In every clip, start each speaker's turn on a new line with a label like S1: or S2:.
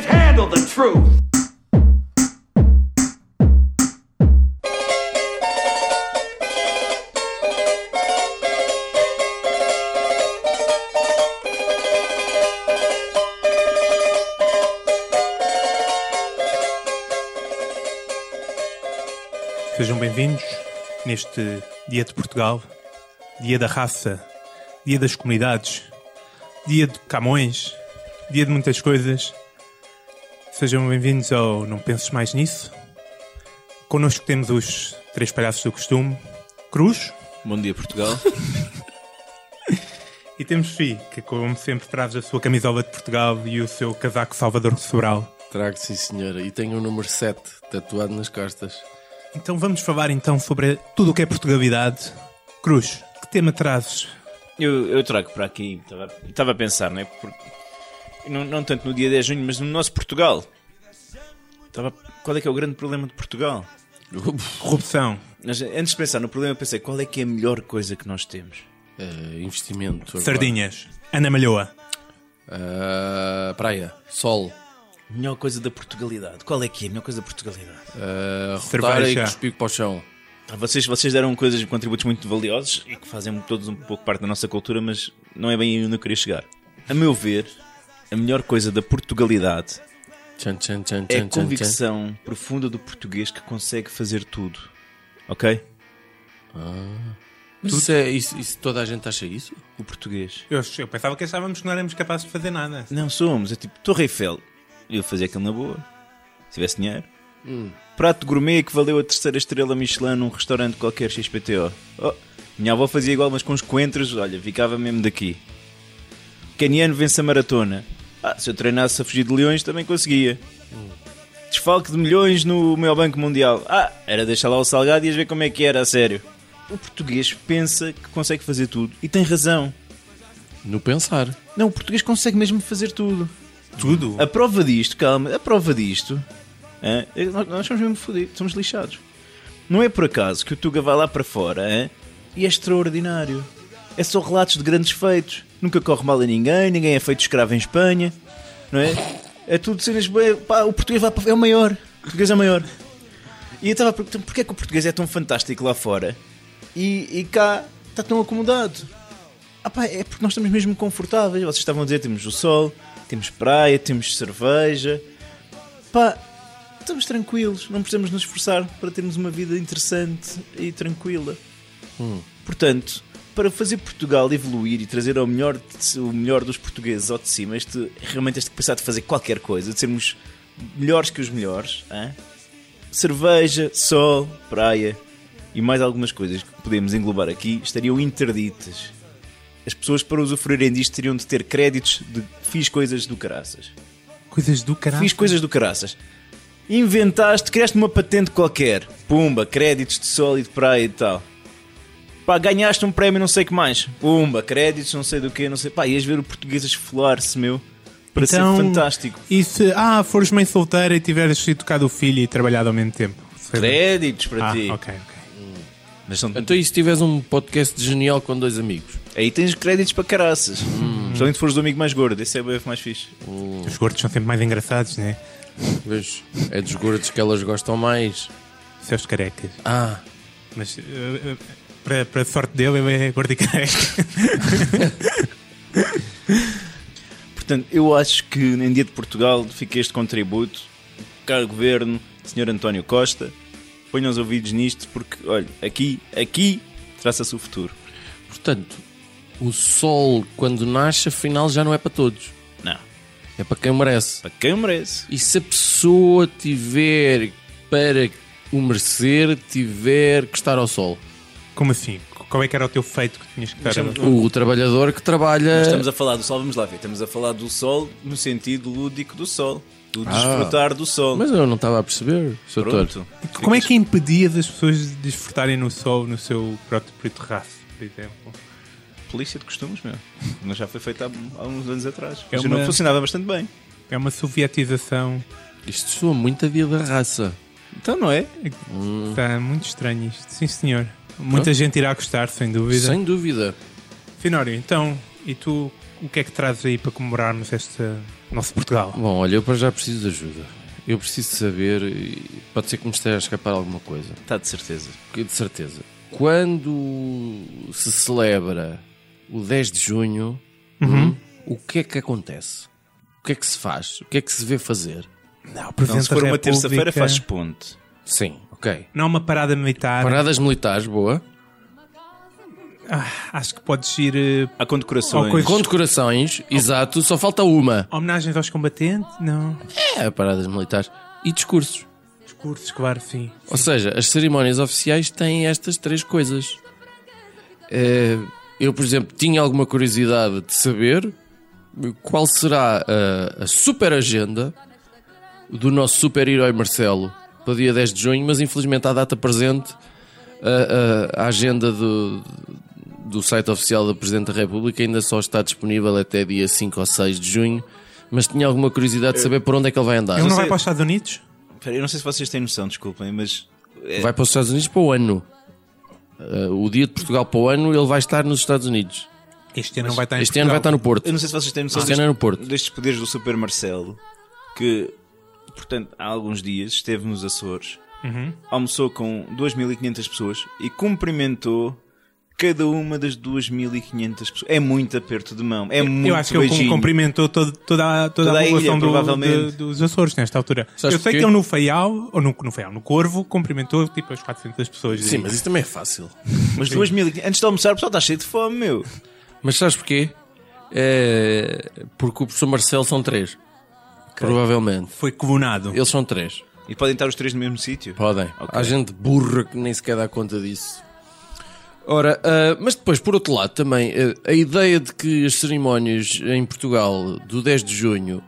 S1: the truth.
S2: Sejam bem-vindos neste Dia de Portugal, Dia da Raça, Dia das Comunidades, Dia de Camões, Dia de muitas coisas. Sejam bem-vindos ao Não Penses Mais Nisso. Connosco temos os três palhaços do costume, Cruz,
S3: Bom dia, Portugal.
S2: e temos Fi, que como sempre traz a sua camisola de Portugal e o seu casaco Salvador Sobral.
S3: Trago, sim, senhora. E tenho o número 7 tatuado nas costas.
S2: Então vamos falar então sobre tudo o que é Portugalidade. Cruz, que tema trazes?
S4: Eu, eu trago para aqui, estava- estava a pensar, não é? Por- não, não tanto no dia 10 de junho, mas no nosso Portugal. Estava, qual é que é o grande problema de Portugal?
S2: Corrupção.
S4: Mas antes de pensar no problema, eu pensei qual é que é a melhor coisa que nós temos?
S3: Eh, investimento.
S2: Sardinhas. Ana Malhoa.
S3: Eh, praia. Sol.
S4: A melhor coisa da Portugalidade. Qual é que é a melhor coisa da Portugalidade?
S3: Uh, rotar
S2: Cerveja.
S3: e cuspir para o chão.
S4: Ah, Vocês, vocês deram coisas, contributos muito valiosos e que fazem todos um pouco parte da nossa cultura, mas não é bem aí onde eu queria chegar. A meu ver, a melhor coisa da Portugalidade
S3: Tchan, tchan, tchan,
S4: É a
S3: tchan, tchan, tchan.
S4: convicção profunda do português que consegue fazer tudo. Ok?
S3: Mas Isso, é, isso, isso- toda a gente acha isso?
S4: O português.
S2: Eu, eu pensava que achávamos que não éramos capazes de fazer nada.
S4: Não somos. É tipo Torre Eiffel. Eu fazia aquilo na boa. Se tivesse dinheiro. Prato gourmet que valeu a terceira estrela Michelin num restaurante qualquer XPTO. Oh, minha avó fazia igual, mas com os coentros, olha, ficava mesmo daqui. Caniano vence a maratona. Ah, se eu treinasse a fugir de leões também conseguia. Desfalque de milhões no meu Banco Mundial. Ah, era deixar lá o salgado e ias ver como é que era, a sério. O português pensa que consegue fazer tudo e tem razão.
S3: No pensar.
S4: Não, o português consegue mesmo fazer tudo.
S2: Tudo.
S4: A prova disto, calma, a prova disto, hã, é, nós, nós somos mesmo fodidos, somos lixados. Não é por acaso que o Tuga vai lá para fora hã, e é extraordinário. É só relatos de grandes feitos. Nunca corre mal a ninguém, ninguém é feito escravo em Espanha, não é? É tudo cenas. bué- Pá, o português vai para, é o maior. O português é o maior. E eu estava a perguntar porque é que o português é tão fantástico lá fora e, e cá está tão acomodado. Ah pá, é porque nós estamos mesmo confortáveis. Vocês estavam a dizer, temos o sol, temos praia, temos cerveja. Pá, estamos tranquilos, não precisamos nos esforçar para termos uma vida interessante e tranquila. Portanto, para fazer Portugal evoluir e trazer ao melhor, de- o melhor dos portugueses ao de cima, este, realmente este pensar de fazer qualquer coisa, de sermos melhores que os melhores, hã? cerveja, sol, praia e mais algumas coisas que podemos englobar aqui estariam interditas. As pessoas para usufruírem disto teriam de ter créditos de fiz coisas do caraças.
S2: Coisas do caralho.
S4: Fiz coisas do caraças. Inventaste, criaste uma patente qualquer. Pumba, créditos de sol e de praia e tal. Pá, ganhaste um prémio não sei que mais. Pumba, créditos não sei do que, não sei. Pá, ias ver o português a esfolar-se, meu. Para
S2: Então,
S4: ser fantástico.
S2: E se ah, fores mãe solteira e tiveres educado o filho e trabalhado ao mesmo tempo? Sei lá.
S4: Créditos para
S2: Ah,
S4: ti.
S2: ok, ok.
S4: Mas são-
S3: Então, e se tiveres um podcast genial com dois amigos?
S4: Aí tens créditos para caraças. Principalmente se fores do amigo mais gordo. Esse é o BF mais fixe.
S2: Os gordos são sempre mais engraçados, né?
S3: Vejo. É dos gordos que elas gostam mais.
S2: Seus carecas.
S3: Ah,
S2: Mas eh, eh, para, para a sorte dele, ele é gordo e careca.
S4: Portanto, eu acho que em dia de Portugal fica este contributo. Caro Governo, Sr. António Costa, ponham os ouvidos nisto porque, olha, aqui, aqui traça-se o futuro.
S3: portanto, o sol quando nasce, afinal já não é para todos.
S4: Não,
S3: É para quem merece.
S4: para quem merece.
S3: E se a pessoa tiver para o merecer, tiver que estar ao sol?
S2: Como assim? Qual é que era o teu feito que tinhas que estar a...
S3: O trabalhador que trabalha.
S4: Estamos a falar do sol, vamos lá ver. Estamos a falar do sol no sentido lúdico do sol, do desfrutar do sol.
S3: Mas eu não estava a perceber, Sr. Doutor.
S4: Pronto.
S2: Como é que impedias as pessoas de desfrutarem no sol no seu próprio terraço, por exemplo?
S4: Polícia de costumes, meu. Mas já foi feita há, há uns anos atrás.
S2: É
S4: Mas
S2: uma-
S4: não funcionava bastante bem.
S2: É uma sovietização.
S3: Isto soa muito a dia da raça.
S4: Então não é?
S2: Está Tá muito estranho isto. Sim, senhor. Muita gente irá gostar, sem dúvida.
S3: Sem dúvida.
S2: Finório, então, e tu, o que é que trazes aí para comemorarmos este nosso Portugal?
S3: Bom, olha, eu para já preciso de ajuda. Eu preciso saber, e pode ser que me esteja a escapar alguma coisa,
S4: Está de certeza.
S3: que de certeza. Quando se celebra o 10 de junho, hum, o que é que acontece? O que é que se faz? O que é que se vê fazer?
S2: Não,
S4: Então, se for uma terça-feira, fazes
S2: faz
S4: ponte.
S3: Sim, ok.
S2: Não é uma parada militar.
S3: Paradas militares, boa.
S2: Acho que podes ir eh,
S4: Há condecorações.
S2: Ou coisa-
S3: Condecorações, exato, só falta uma.
S2: homenagens aos combatentes. Não.
S3: É, paradas militares. E discursos.
S2: Discursos, claro, sim.
S3: Ou seja, as cerimónias oficiais têm estas três coisas. Eh, Eu, por exemplo, tinha alguma curiosidade de saber qual será a, a super agenda do nosso super-herói Marcelo para o dia 10 de junho, mas infelizmente à data presente a, a- a agenda do, do site oficial da Presidente da República ainda só está disponível até dia 5 ou 6 de junho, mas tinha alguma curiosidade de saber por onde é que ele vai andar.
S2: Ele não vai
S4: sei-
S2: para os Estados Unidos?
S4: Espera, eu não sei se vocês têm noção, desculpem, mas
S3: É. Vai para os Estados Unidos para o ano. Ah, o dia de Portugal para o ano, ele vai estar nos Estados Unidos.
S2: Este ano não vai estar em
S3: Este ano vai estar no Porto.
S4: eu não sei se vocês têm noção
S3: Este
S4: deste-
S3: ano é no Porto.
S4: destes poderes do Super Marcelo, que, portanto, há alguns dias esteve nos Açores,
S2: Uhum.
S4: almoçou com 2.500 pessoas e cumprimentou cada uma das 2.500 pessoas. É muito aperto de mão, é muito
S2: Eu acho que ele
S4: beijinho.
S2: cumprimentou todo- toda, a- toda,
S4: Toda
S2: a
S4: a
S2: população
S4: ilha,
S2: do-
S4: provavelmente.
S2: de- dos Açores nesta altura.
S3: Sabes
S2: eu sei
S3: porquê?
S2: que ele no Faial, ou no, no Faial, no Corvo, cumprimentou tipo as 400 pessoas.
S3: Sim, mas isso também é fácil.
S4: Mas 2.500... Antes de almoçar, o pessoal está cheio de fome, meu.
S3: Mas sabes porquê? É, Porque o professor Marcelo são três. Provavelmente.
S2: Foi clonado.
S3: Eles são três.
S4: E podem estar os três no mesmo sítio.
S3: Podem. Há gente burra que nem sequer dá conta disso. Ora, ah, mas depois, por outro lado, também ah, a ideia de que as cerimónias em Portugal do 10 de junho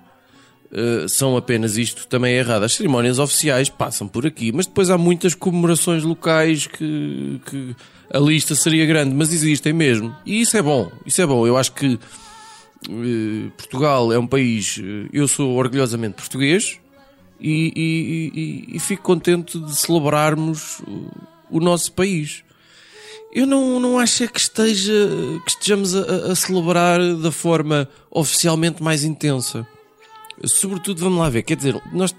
S3: ah, são apenas isto também é errado. As cerimónias oficiais passam por aqui, mas depois há muitas comemorações locais que, que a lista seria grande, mas existem mesmo. E isso é bom, isso é bom. Eu acho que eh, Portugal é um país. eh, Eu sou orgulhosamente português e, e- e- e fico contente de celebrarmos o, o nosso país. Eu não, não acho é que, esteja, que estejamos a, a celebrar da forma oficialmente mais intensa. Sobretudo, vamos lá ver, quer dizer, nós,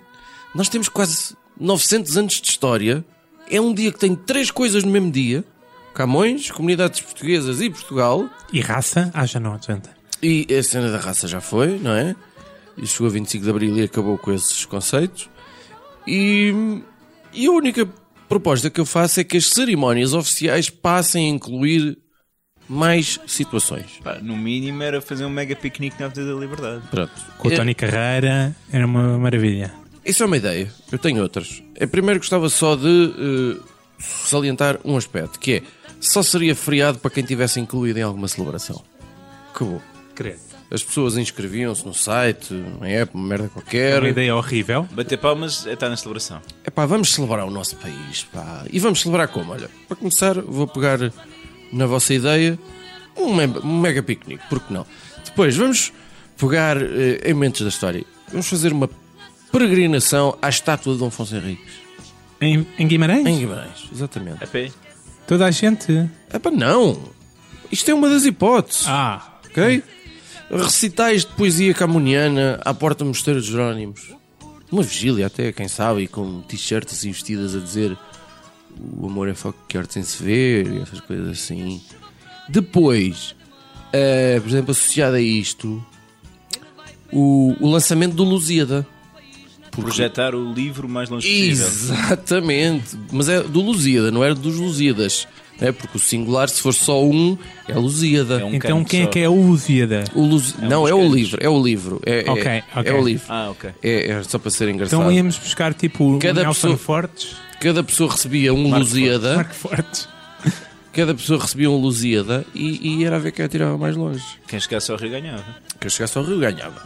S3: nós temos quase 900 anos de história. É um dia que tem três coisas no mesmo dia: Camões, comunidades portuguesas e Portugal.
S2: E raça? Ah, já não adianta.
S3: E a cena da raça já foi, não é? E chegou a 25 de Abril e acabou com esses conceitos. E, e a única proposta que eu faço é que as cerimónias oficiais passem a incluir mais situações.
S4: Pá, no mínimo era fazer um mega piquenique na Avenida da Liberdade.
S3: Pronto.
S2: Com o
S3: É-
S2: Tony Carreira, era uma maravilha.
S3: Isso é uma ideia. Eu tenho outras. Eu primeiro gostava só de eh, salientar um aspecto, que é só seria feriado para quem tivesse incluído em alguma celebração. Acabou.
S2: Credo.
S3: As pessoas inscreviam-se no site, na app, uma merda
S2: Era uma
S3: qualquer.
S2: ideia horrível.
S4: Bater palmas é estar na celebração.
S3: É pá, vamos celebrar o nosso país, pá. E vamos celebrar como? Olha, para começar, vou pegar na vossa ideia um, me- um mega piquenique, porque não? Depois, vamos pegar eh, em momentos da história. Vamos fazer uma peregrinação à estátua de Dom Afonso Henriques.
S2: Em, em Guimarães?
S3: Em Guimarães, exatamente.
S2: É
S4: A pé.
S2: Toda a gente.
S3: É pá, não! Isto é uma das hipóteses,
S2: Ah,
S3: ok? Recitais de poesia camoniana à porta do Mosteiro de Jerónimos. Uma vigília até, quem sabe, e com t-shirts assim vestidas a dizer o amor é foco que arde sem se ver e essas coisas assim. Depois, eh, por exemplo, associado a isto, o, o lançamento do Lusíada.
S4: Projetar o livro mais longe possível.
S3: Exatamente, mas é do Lusíada, não era dos Lusíadas. É porque o singular, se for só um, é Lusíada.
S4: É um
S2: então
S4: canto
S2: quem é
S4: só.
S2: que é o Lusíada?
S3: O Lus-
S4: um
S3: não,
S4: dos
S3: é o
S4: cantos.
S3: livro, é o livro. É, é-
S2: Ok, ok.
S3: é o livro.
S4: Ah, ok.
S3: É, é só para ser engraçado.
S2: Então íamos buscar tipo o
S3: Cada
S2: Nelson
S3: pessoa-
S2: Fortes,
S3: Cada pessoa recebia um Lusíada,
S2: Marco Fortes.
S3: cada pessoa recebia um Lusíada e, e era a ver quem atirava mais longe.
S4: Quem chegasse ao Rio ganhava.
S3: Quem chegasse ao Rio ganhava.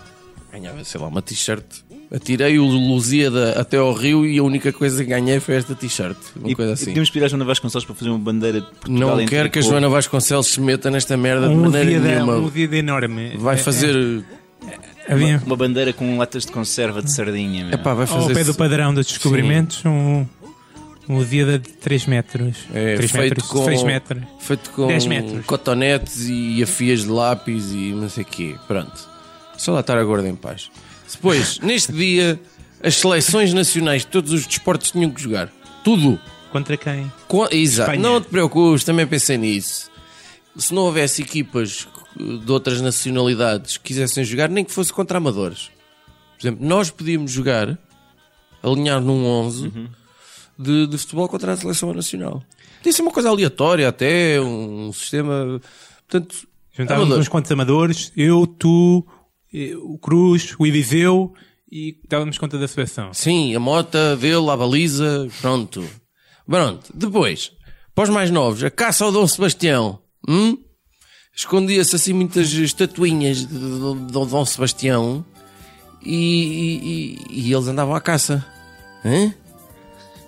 S3: Ganhava, sei lá, uma t-shirt. Atirei o Lusíada até ao Rio e a única coisa que ganhei foi esta t-shirt. Uma
S4: e,
S3: coisa
S4: e
S3: assim.
S4: podíamos pedir à Joana Vasconcelos para fazer uma bandeira de Portugal
S3: Não
S4: em
S3: quero que a
S4: tricô.
S3: Joana Vasconcelos se meta nesta merda de
S2: Um
S3: maneira
S2: Lusíada,
S3: nenhuma.
S2: um Lusíada enorme.
S3: Vai
S2: É-
S3: fazer.
S2: é- havia-
S4: Uma bandeira com latas de conserva de sardinha. meu.
S3: Epá, vai
S2: ao
S3: fazer.
S2: pé do padrão dos descobrimentos, um, Uma medida de 3 metros.
S3: É,
S2: 3
S3: feito
S2: metros.
S3: com-
S2: 6 metros.
S3: Feito com
S2: 10 metros.
S3: cotonetes e afias de lápis e não sei o quê. Pronto. Só lá estar a gorda em paz. Depois, neste dia, as seleções nacionais de todos os desportos tinham que jogar. Tudo.
S2: Contra quem?
S3: Com- Exato.
S2: Espanha.
S3: Não te preocupes, também pensei nisso. Se não houvesse equipas de outras nacionalidades que quisessem jogar, nem que fosse contra amadores. Por exemplo, nós podíamos jogar, alinhar num 11
S2: Uhum.
S3: de, de futebol contra a seleção nacional. Podia ser uma coisa aleatória, até um sistema. Portanto,
S2: Juntávamos
S3: amador.
S2: uns quantos amadores, eu, tu, eh, o Cruz, o Ibizeu e dávamos conta da seleção.
S3: Sim, a mota dele, a baliza, pronto. Pronto, depois, para os mais novos, a caça ao Dom Sebastião. Hum? Escondia-se assim muitas estatuinhas de- de- do do Dom Sebastião e, e- e- e eles andavam à caça. Hã?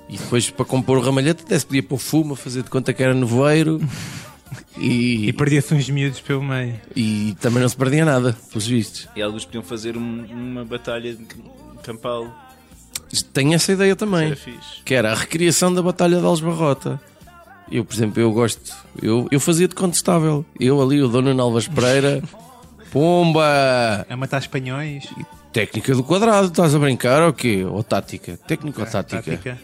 S3: E depois, para compor o ramalhete, até se podia pôr fumo, fazer de conta que era nevoeiro. E,
S2: E perdia-se uns miúdos pelo meio.
S3: e também não se perdia nada, pelos vistos.
S4: E alguns podiam fazer um- uma batalha de campal.
S3: Tenho essa ideia também.
S4: Era fixe.
S3: que era a recriação da Batalha de Alesbarrota. Eu, por exemplo, eu gosto, eu, eu fazia de contestável. Eu ali, o Dono Alves Pereira, pomba!
S2: A É matar espanhóis.
S3: Técnica do quadrado, estás a brincar ou quê? Ou tática? Técnica ou tática?
S2: Tática.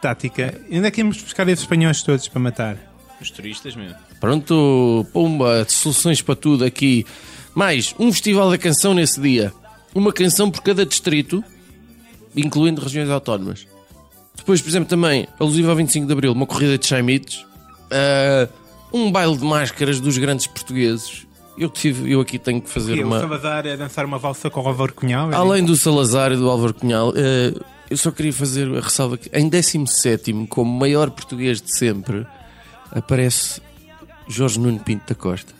S2: Tática. E onde é que íamos buscar esses espanhóis todos para matar?
S4: Os turistas mesmo.
S3: Pronto, pomba, soluções para tudo aqui. Mais um festival da canção nesse dia. Uma canção por cada distrito, incluindo regiões autónomas. Depois, por exemplo, também, alusivo ao 25 de Abril, uma corrida de chaimites. Ah, um baile de máscaras dos grandes portugueses. Eu, tive, eu aqui tenho que fazer
S2: E é o
S3: uma...
S2: Salazar a dançar uma valsa com o Álvaro Cunhal? é?
S3: Além do Salazar e do Álvaro Cunhal, eh, eu só queria fazer a ressalva que em 17, como maior português de sempre, aparece Jorge Nuno Pinto da Costa.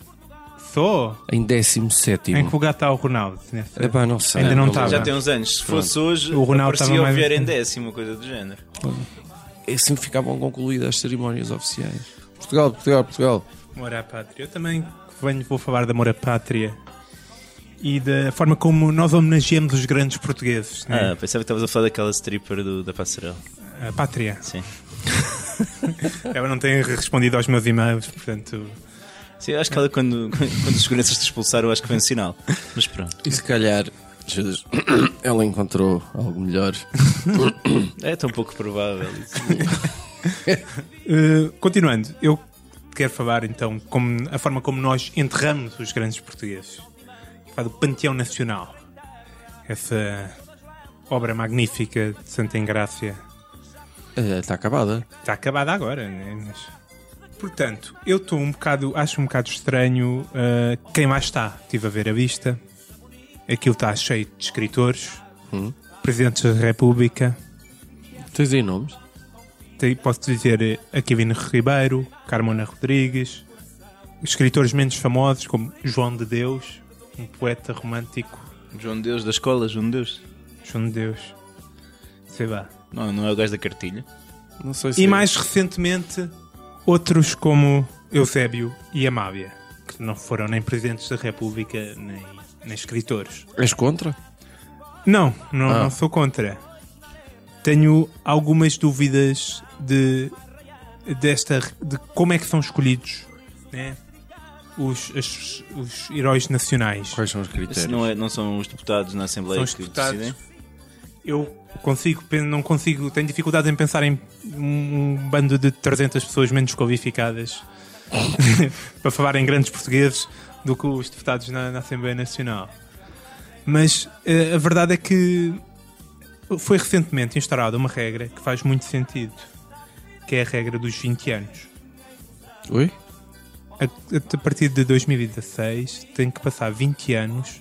S2: Só?
S3: Em 17.
S2: Em que lugar está o Ronaldo? Nessa?
S3: Epá, não sei.
S2: Ainda não estava.
S4: Já tem uns anos. Se fosse hoje,
S2: O
S4: o
S2: Ronaldo
S4: Ronaldo
S2: estava
S4: parecia
S2: mais- assim.
S4: houver em décimo, coisa do género.
S3: Assim ficavam concluídas as cerimónias oficiais. Portugal, Portugal, Portugal.
S2: Amor à pátria. Eu também venho, vou falar de amor à pátria e da forma como nós homenageamos os grandes portugueses. né?
S4: Ah, pensava que estavas a falar daquela stripper do- da passarela.
S2: A pátria.
S4: Sim.
S2: Ela não tem respondido aos meus e-mails, portanto.
S4: Sim, acho que ela, quando, quando os seguranças te expulsaram, acho que foi um sinal. Mas pronto.
S3: E se calhar, Jesus, ela encontrou algo melhor.
S4: É tão pouco provável. isso.
S2: Uh, continuando, eu quero falar então como a forma como nós enterramos os grandes portugueses. Falar do Panteão Nacional. Essa obra magnífica de Santa Engrácia
S3: Eh, Está acabada.
S2: está acabada agora, né? Mas- Portanto, eu estou um bocado, acho um bocado estranho uh, quem lá está. Estive a ver a vista. Aquilo está cheio de escritores, presidentes da República.
S3: Tens aí nomes?
S2: Te- Posso dizer eh, a Kevin Ribeiro, Carmona Rodrigues, escritores menos famosos como João de Deus, um poeta romântico.
S4: João Deus da escola, João Deus.
S2: João de Deus. Sei lá.
S4: Não, não é o gajo da cartilha.
S3: Não sei
S2: E mais recentemente, outros como Eusébio e Amália, que não foram nem presidentes da República, nem, nem escritores.
S3: És contra?
S2: Não, não,
S3: Ah.
S2: não sou contra. Tenho algumas dúvidas de, desta, de como é que são escolhidos né, os, as- os heróis nacionais.
S3: Quais são os
S4: Isso
S3: critérios?
S4: não, é, não são os deputados na Assembleia
S2: São os
S4: que
S2: deputados.
S4: decidem.
S2: Eu consigo, pen- não consigo, tenho dificuldade em pensar em um um bando de 300 pessoas menos qualificadas para falar em grandes portugueses do que os deputados na, na Assembleia Nacional. Mas eh, a verdade é que foi recentemente instaurada uma regra que faz muito sentido, que é a regra dos 20 anos.
S4: é-
S3: Oi?
S2: A, a partir de 2016 tem que passar 20 anos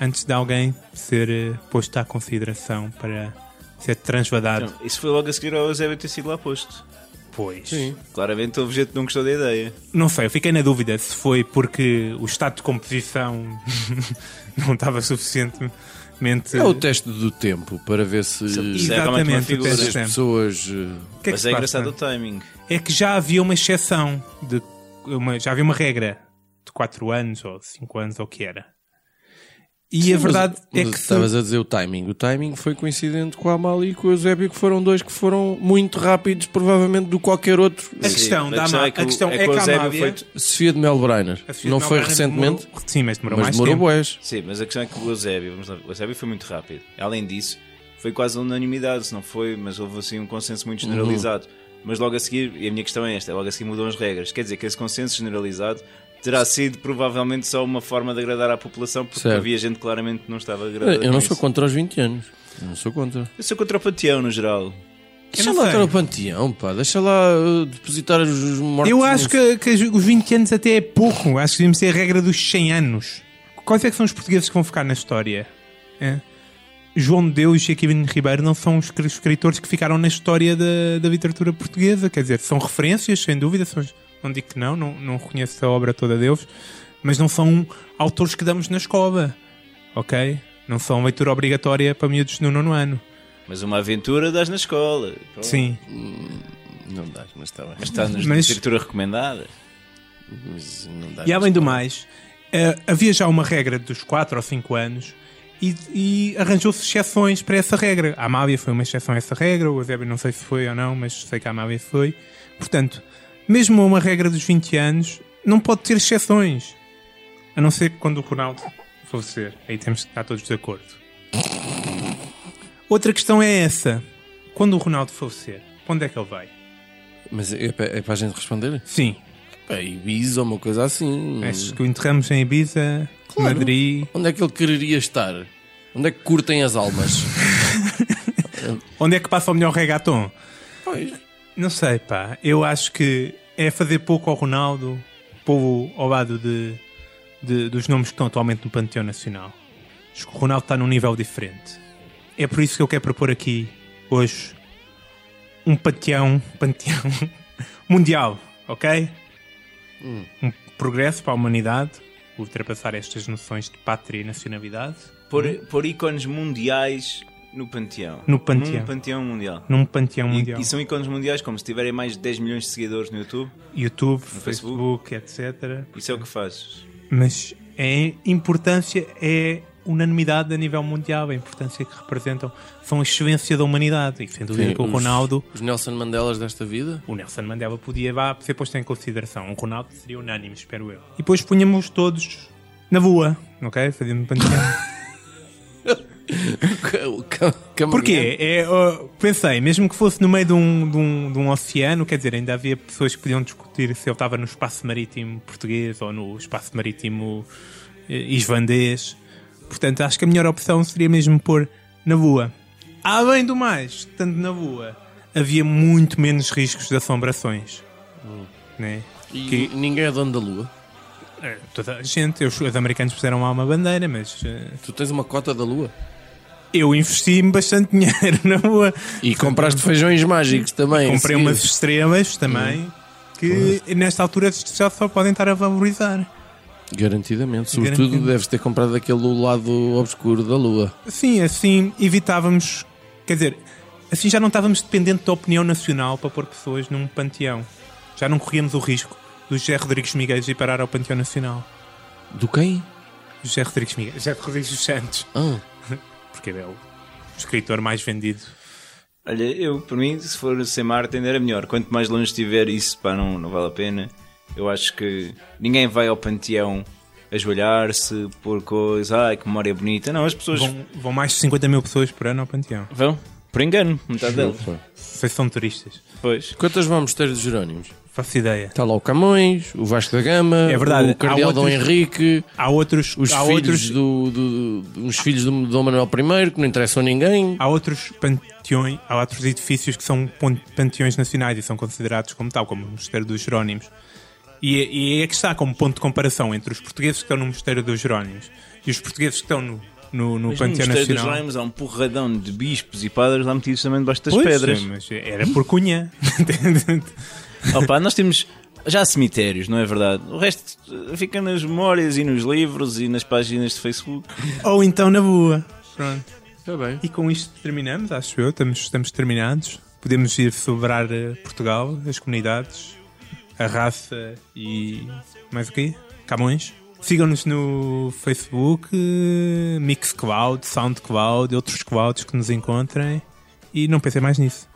S2: antes de alguém ser eh, posto à consideração para ser transvadado.
S4: Então, isso foi logo a seguir ao Eusébio ter sido lá posto.
S2: pois.
S3: Sim.
S4: Claramente houve gente que não gostou da ideia.
S2: Não sei, eu fiquei na dúvida se foi porque o estado de composição não estava suficientemente.
S3: É o teste do tempo para ver se,
S4: Se
S3: se
S4: é realmente
S2: Exatamente,
S4: uma
S2: o
S4: figura.
S2: teste
S3: as
S2: de tempo.
S3: pessoas. eh,
S2: O que é que
S4: Mas
S2: se passa?
S4: é engraçado o timing.
S2: é que já havia uma exceção de uma, já havia uma regra de 4 anos ou 5 anos ou o que era. E a verdade
S3: Mas
S2: é que se-
S3: Estavas a dizer o timing. O timing foi coincidente com a Amália e com o Eusébio, que foram dois que foram muito rápidos, provavelmente, do qualquer outro.
S2: a questão
S4: a
S2: da
S4: questão
S2: Ama-
S4: é que
S2: a
S4: o-
S2: questão
S4: é
S2: é
S4: que
S2: que
S4: o
S2: a
S4: Eusébio
S2: Amália
S4: foi-
S3: Sofia de Melbrenner.
S2: a Sofia
S3: Não
S2: de é
S3: foi
S2: Melbourne
S3: recentemente,
S2: demorou- sim, mas demorou
S3: mas
S2: mais
S3: demorou
S2: tempo.
S3: boés.
S4: Sim, mas a questão é que o Eusébio, vamos lá, o Eusébio foi muito rápido. Além disso, foi quase unanimidade, se não foi, mas houve assim um consenso muito
S2: Uhum.
S4: generalizado. Mas logo a seguir, e a minha questão é esta, logo a seguir mudam as regras. Quer dizer que esse consenso generalizado terá sido provavelmente só uma forma de agradar à população, porque
S3: Certo.
S4: havia gente que claramente não estava agradada.
S3: Eu não
S4: com
S3: sou
S4: isso.
S3: contra os 20 anos. Eu não sou contra.
S4: Eu sou contra o panteão no geral.
S3: Deixa
S2: não
S3: lá
S2: sei.
S3: estar o panteão, pá. Deixa lá uh, depositar os- os mortos.
S2: Eu acho que, que os 20 anos até é pouco. Acho que devíamos ter a regra dos 100 anos. Quais é que são os portugueses que vão ficar na história? Hã? João de Deus e Aquilino Ribeiro não são os escri- escritores que ficaram na história da, da literatura portuguesa. Quer dizer, são referências, sem dúvida. São, não digo que não, não, não reconheço a obra toda deles. Mas não são autores que damos na escola. Ok? Não são leitura obrigatória para miúdos no nono ano.
S4: Mas uma aventura das na escola. Pronto.
S2: Sim.
S3: Não dá, mas está bem.
S4: Mas está na
S2: Mas-
S4: literatura recomendada.
S3: Mas não dá.
S2: E além do mais, eh, havia já uma regra dos 4 ou 5 anos e, e arranjou-se exceções para essa regra. A Amália foi uma exceção a essa regra, o Eusébio não sei se foi ou não, mas sei que a Amália foi. Portanto, mesmo uma regra dos 20 anos, não pode ter exceções. A não ser que quando o Ronaldo falecer. Aí temos que estar todos de acordo. Outra questão é essa. Quando o Ronaldo falecer, para onde é que ele vai?
S3: Mas é, pa- é para a gente responder?
S2: Sim,
S3: Pá, Ibiza ou uma coisa assim.
S2: acho que o enterramos em Ibiza, Madrid...
S3: Onde é que ele quereria estar? Onde é que curtem as almas?
S2: Onde é que passa o melhor regatão?
S3: pois.
S2: Não sei, pá. Eu acho que é fazer pouco ao Ronaldo, povo ao lado de, de- dos nomes que estão atualmente no Panteão Nacional. Acho que o Ronaldo está num nível diferente. É por isso que eu quero propor aqui, hoje, um panteão, panteão mundial, ok?
S4: Hum.
S2: Um progresso para a humanidade, ultrapassar estas noções de pátria e nacionalidade,
S4: Pôr, pôr ícones mundiais no panteão.
S2: Hum? No panteão.
S4: Num panteão mundial.
S2: num panteão
S4: E-
S2: mundial.
S4: E, são ícones mundiais, como se tiverem mais de 10 milhões de seguidores no YouTube,
S2: YouTube,
S4: Facebook.
S2: Facebook etc.
S4: isso é o que fazes.
S2: Mas a importância é unanimidade a nível mundial, a importância que representam são a excelência da humanidade. E sem dúvida que o
S3: os-
S2: Ronaldo,
S3: Os Nelson Mandelas desta vida?
S2: o Nelson Mandela, podia vá, ser posto em consideração. O Ronaldo seria unânime, espero eu. E depois punhamos todos na rua, ok? Fazíamos panteão.
S3: O ca- Camargo-
S2: Porquê? É, ó, pensei, mesmo que fosse no meio de um, de, um, de um oceano, quer dizer, ainda havia pessoas que podiam discutir se ele estava no espaço marítimo português ou no espaço marítimo eh, islandês. Portanto, acho que a melhor opção seria mesmo pôr na boa. Além do mais, estando na boa, havia muito menos riscos de assombrações. Né?
S3: Hum. E
S2: Que-
S3: ninguém é dono da lua.
S2: eh, toda a gente, os, os americanos puseram lá uma bandeira, mas eh,
S3: Tu tens uma cota da lua.
S2: eu investi bastante dinheiro na boa.
S3: E compraste feijões mágicos também.
S2: Comprei
S3: a seguir.
S2: umas estrelas também
S3: Hum.
S2: que nesta altura já só podem estar a valorizar.
S3: Garantidamente. Sobretudo
S2: Garantidamente.
S3: deves ter comprado aquele lado obscuro da lua.
S2: Sim, assim evitávamos, quer dizer, assim já não estávamos dependentes da opinião nacional para pôr pessoas num panteão. Já não corríamos o risco do José Rodrigues Miguel ir parar ao Panteão Nacional.
S3: Do quem?
S2: José Rodrigues Miguel, José Rodrigues dos Santos,
S3: Ah,
S2: porque ele é o escritor mais vendido.
S4: Olha, eu, por mim, se for sem Martin, era melhor. Quanto mais longe estiver, isso pá, não, não vale a pena. Eu acho que ninguém vai ao panteão ajoelhar-se, pôr coisa, ai que memória bonita. Não, as pessoas
S2: Vão, vão mais de 50 mil pessoas por ano ao Panteão.
S4: vão, por engano, metade delas.
S2: Vocês são turistas.
S4: Pois.
S3: quantas vamos ter de Jerónimos?
S2: Faço ideia.
S3: Está lá o Camões, o Vasco da Gama,
S2: É verdade.
S3: o Cardeal
S2: Há
S3: Dom
S2: outros-
S3: Henrique,
S2: Há outros,
S3: os
S2: há
S3: filhos,
S2: outros
S3: do, do- do- os filhos do Dom Manuel I, que não interessam a ninguém.
S2: Há outros panteões, há outros edifícios que são pon- panteões nacionais e são considerados como tal, como o Mosteiro dos Jerónimos. E, é- e é que está como ponto de comparação entre os portugueses que estão no Mosteiro dos Jerónimos e os portugueses que estão no, no, no
S4: No
S2: Panteão
S4: Mosteiro dos
S2: Nacional.
S4: Raimes há um porradão de bispos e padres lá metidos também debaixo das
S2: Pois,
S4: pedras.
S2: sim, mas era por cunha. Entende?
S4: Opa, nós temos já cemitérios, não é verdade? O resto eh, fica nas memórias e nos livros e nas páginas de Facebook.
S2: Ou então na boa. Pronto.
S3: Está bem.
S2: E com isto terminamos, acho eu. Estamos, estamos terminados. Podemos ir celebrar eh, Portugal, as comunidades, a raça e. mais o quê? Camões. Sigam-nos no Facebook, eh, Mixcloud, Soundcloud, outros clouds que nos encontrem. E não pensem mais nisso.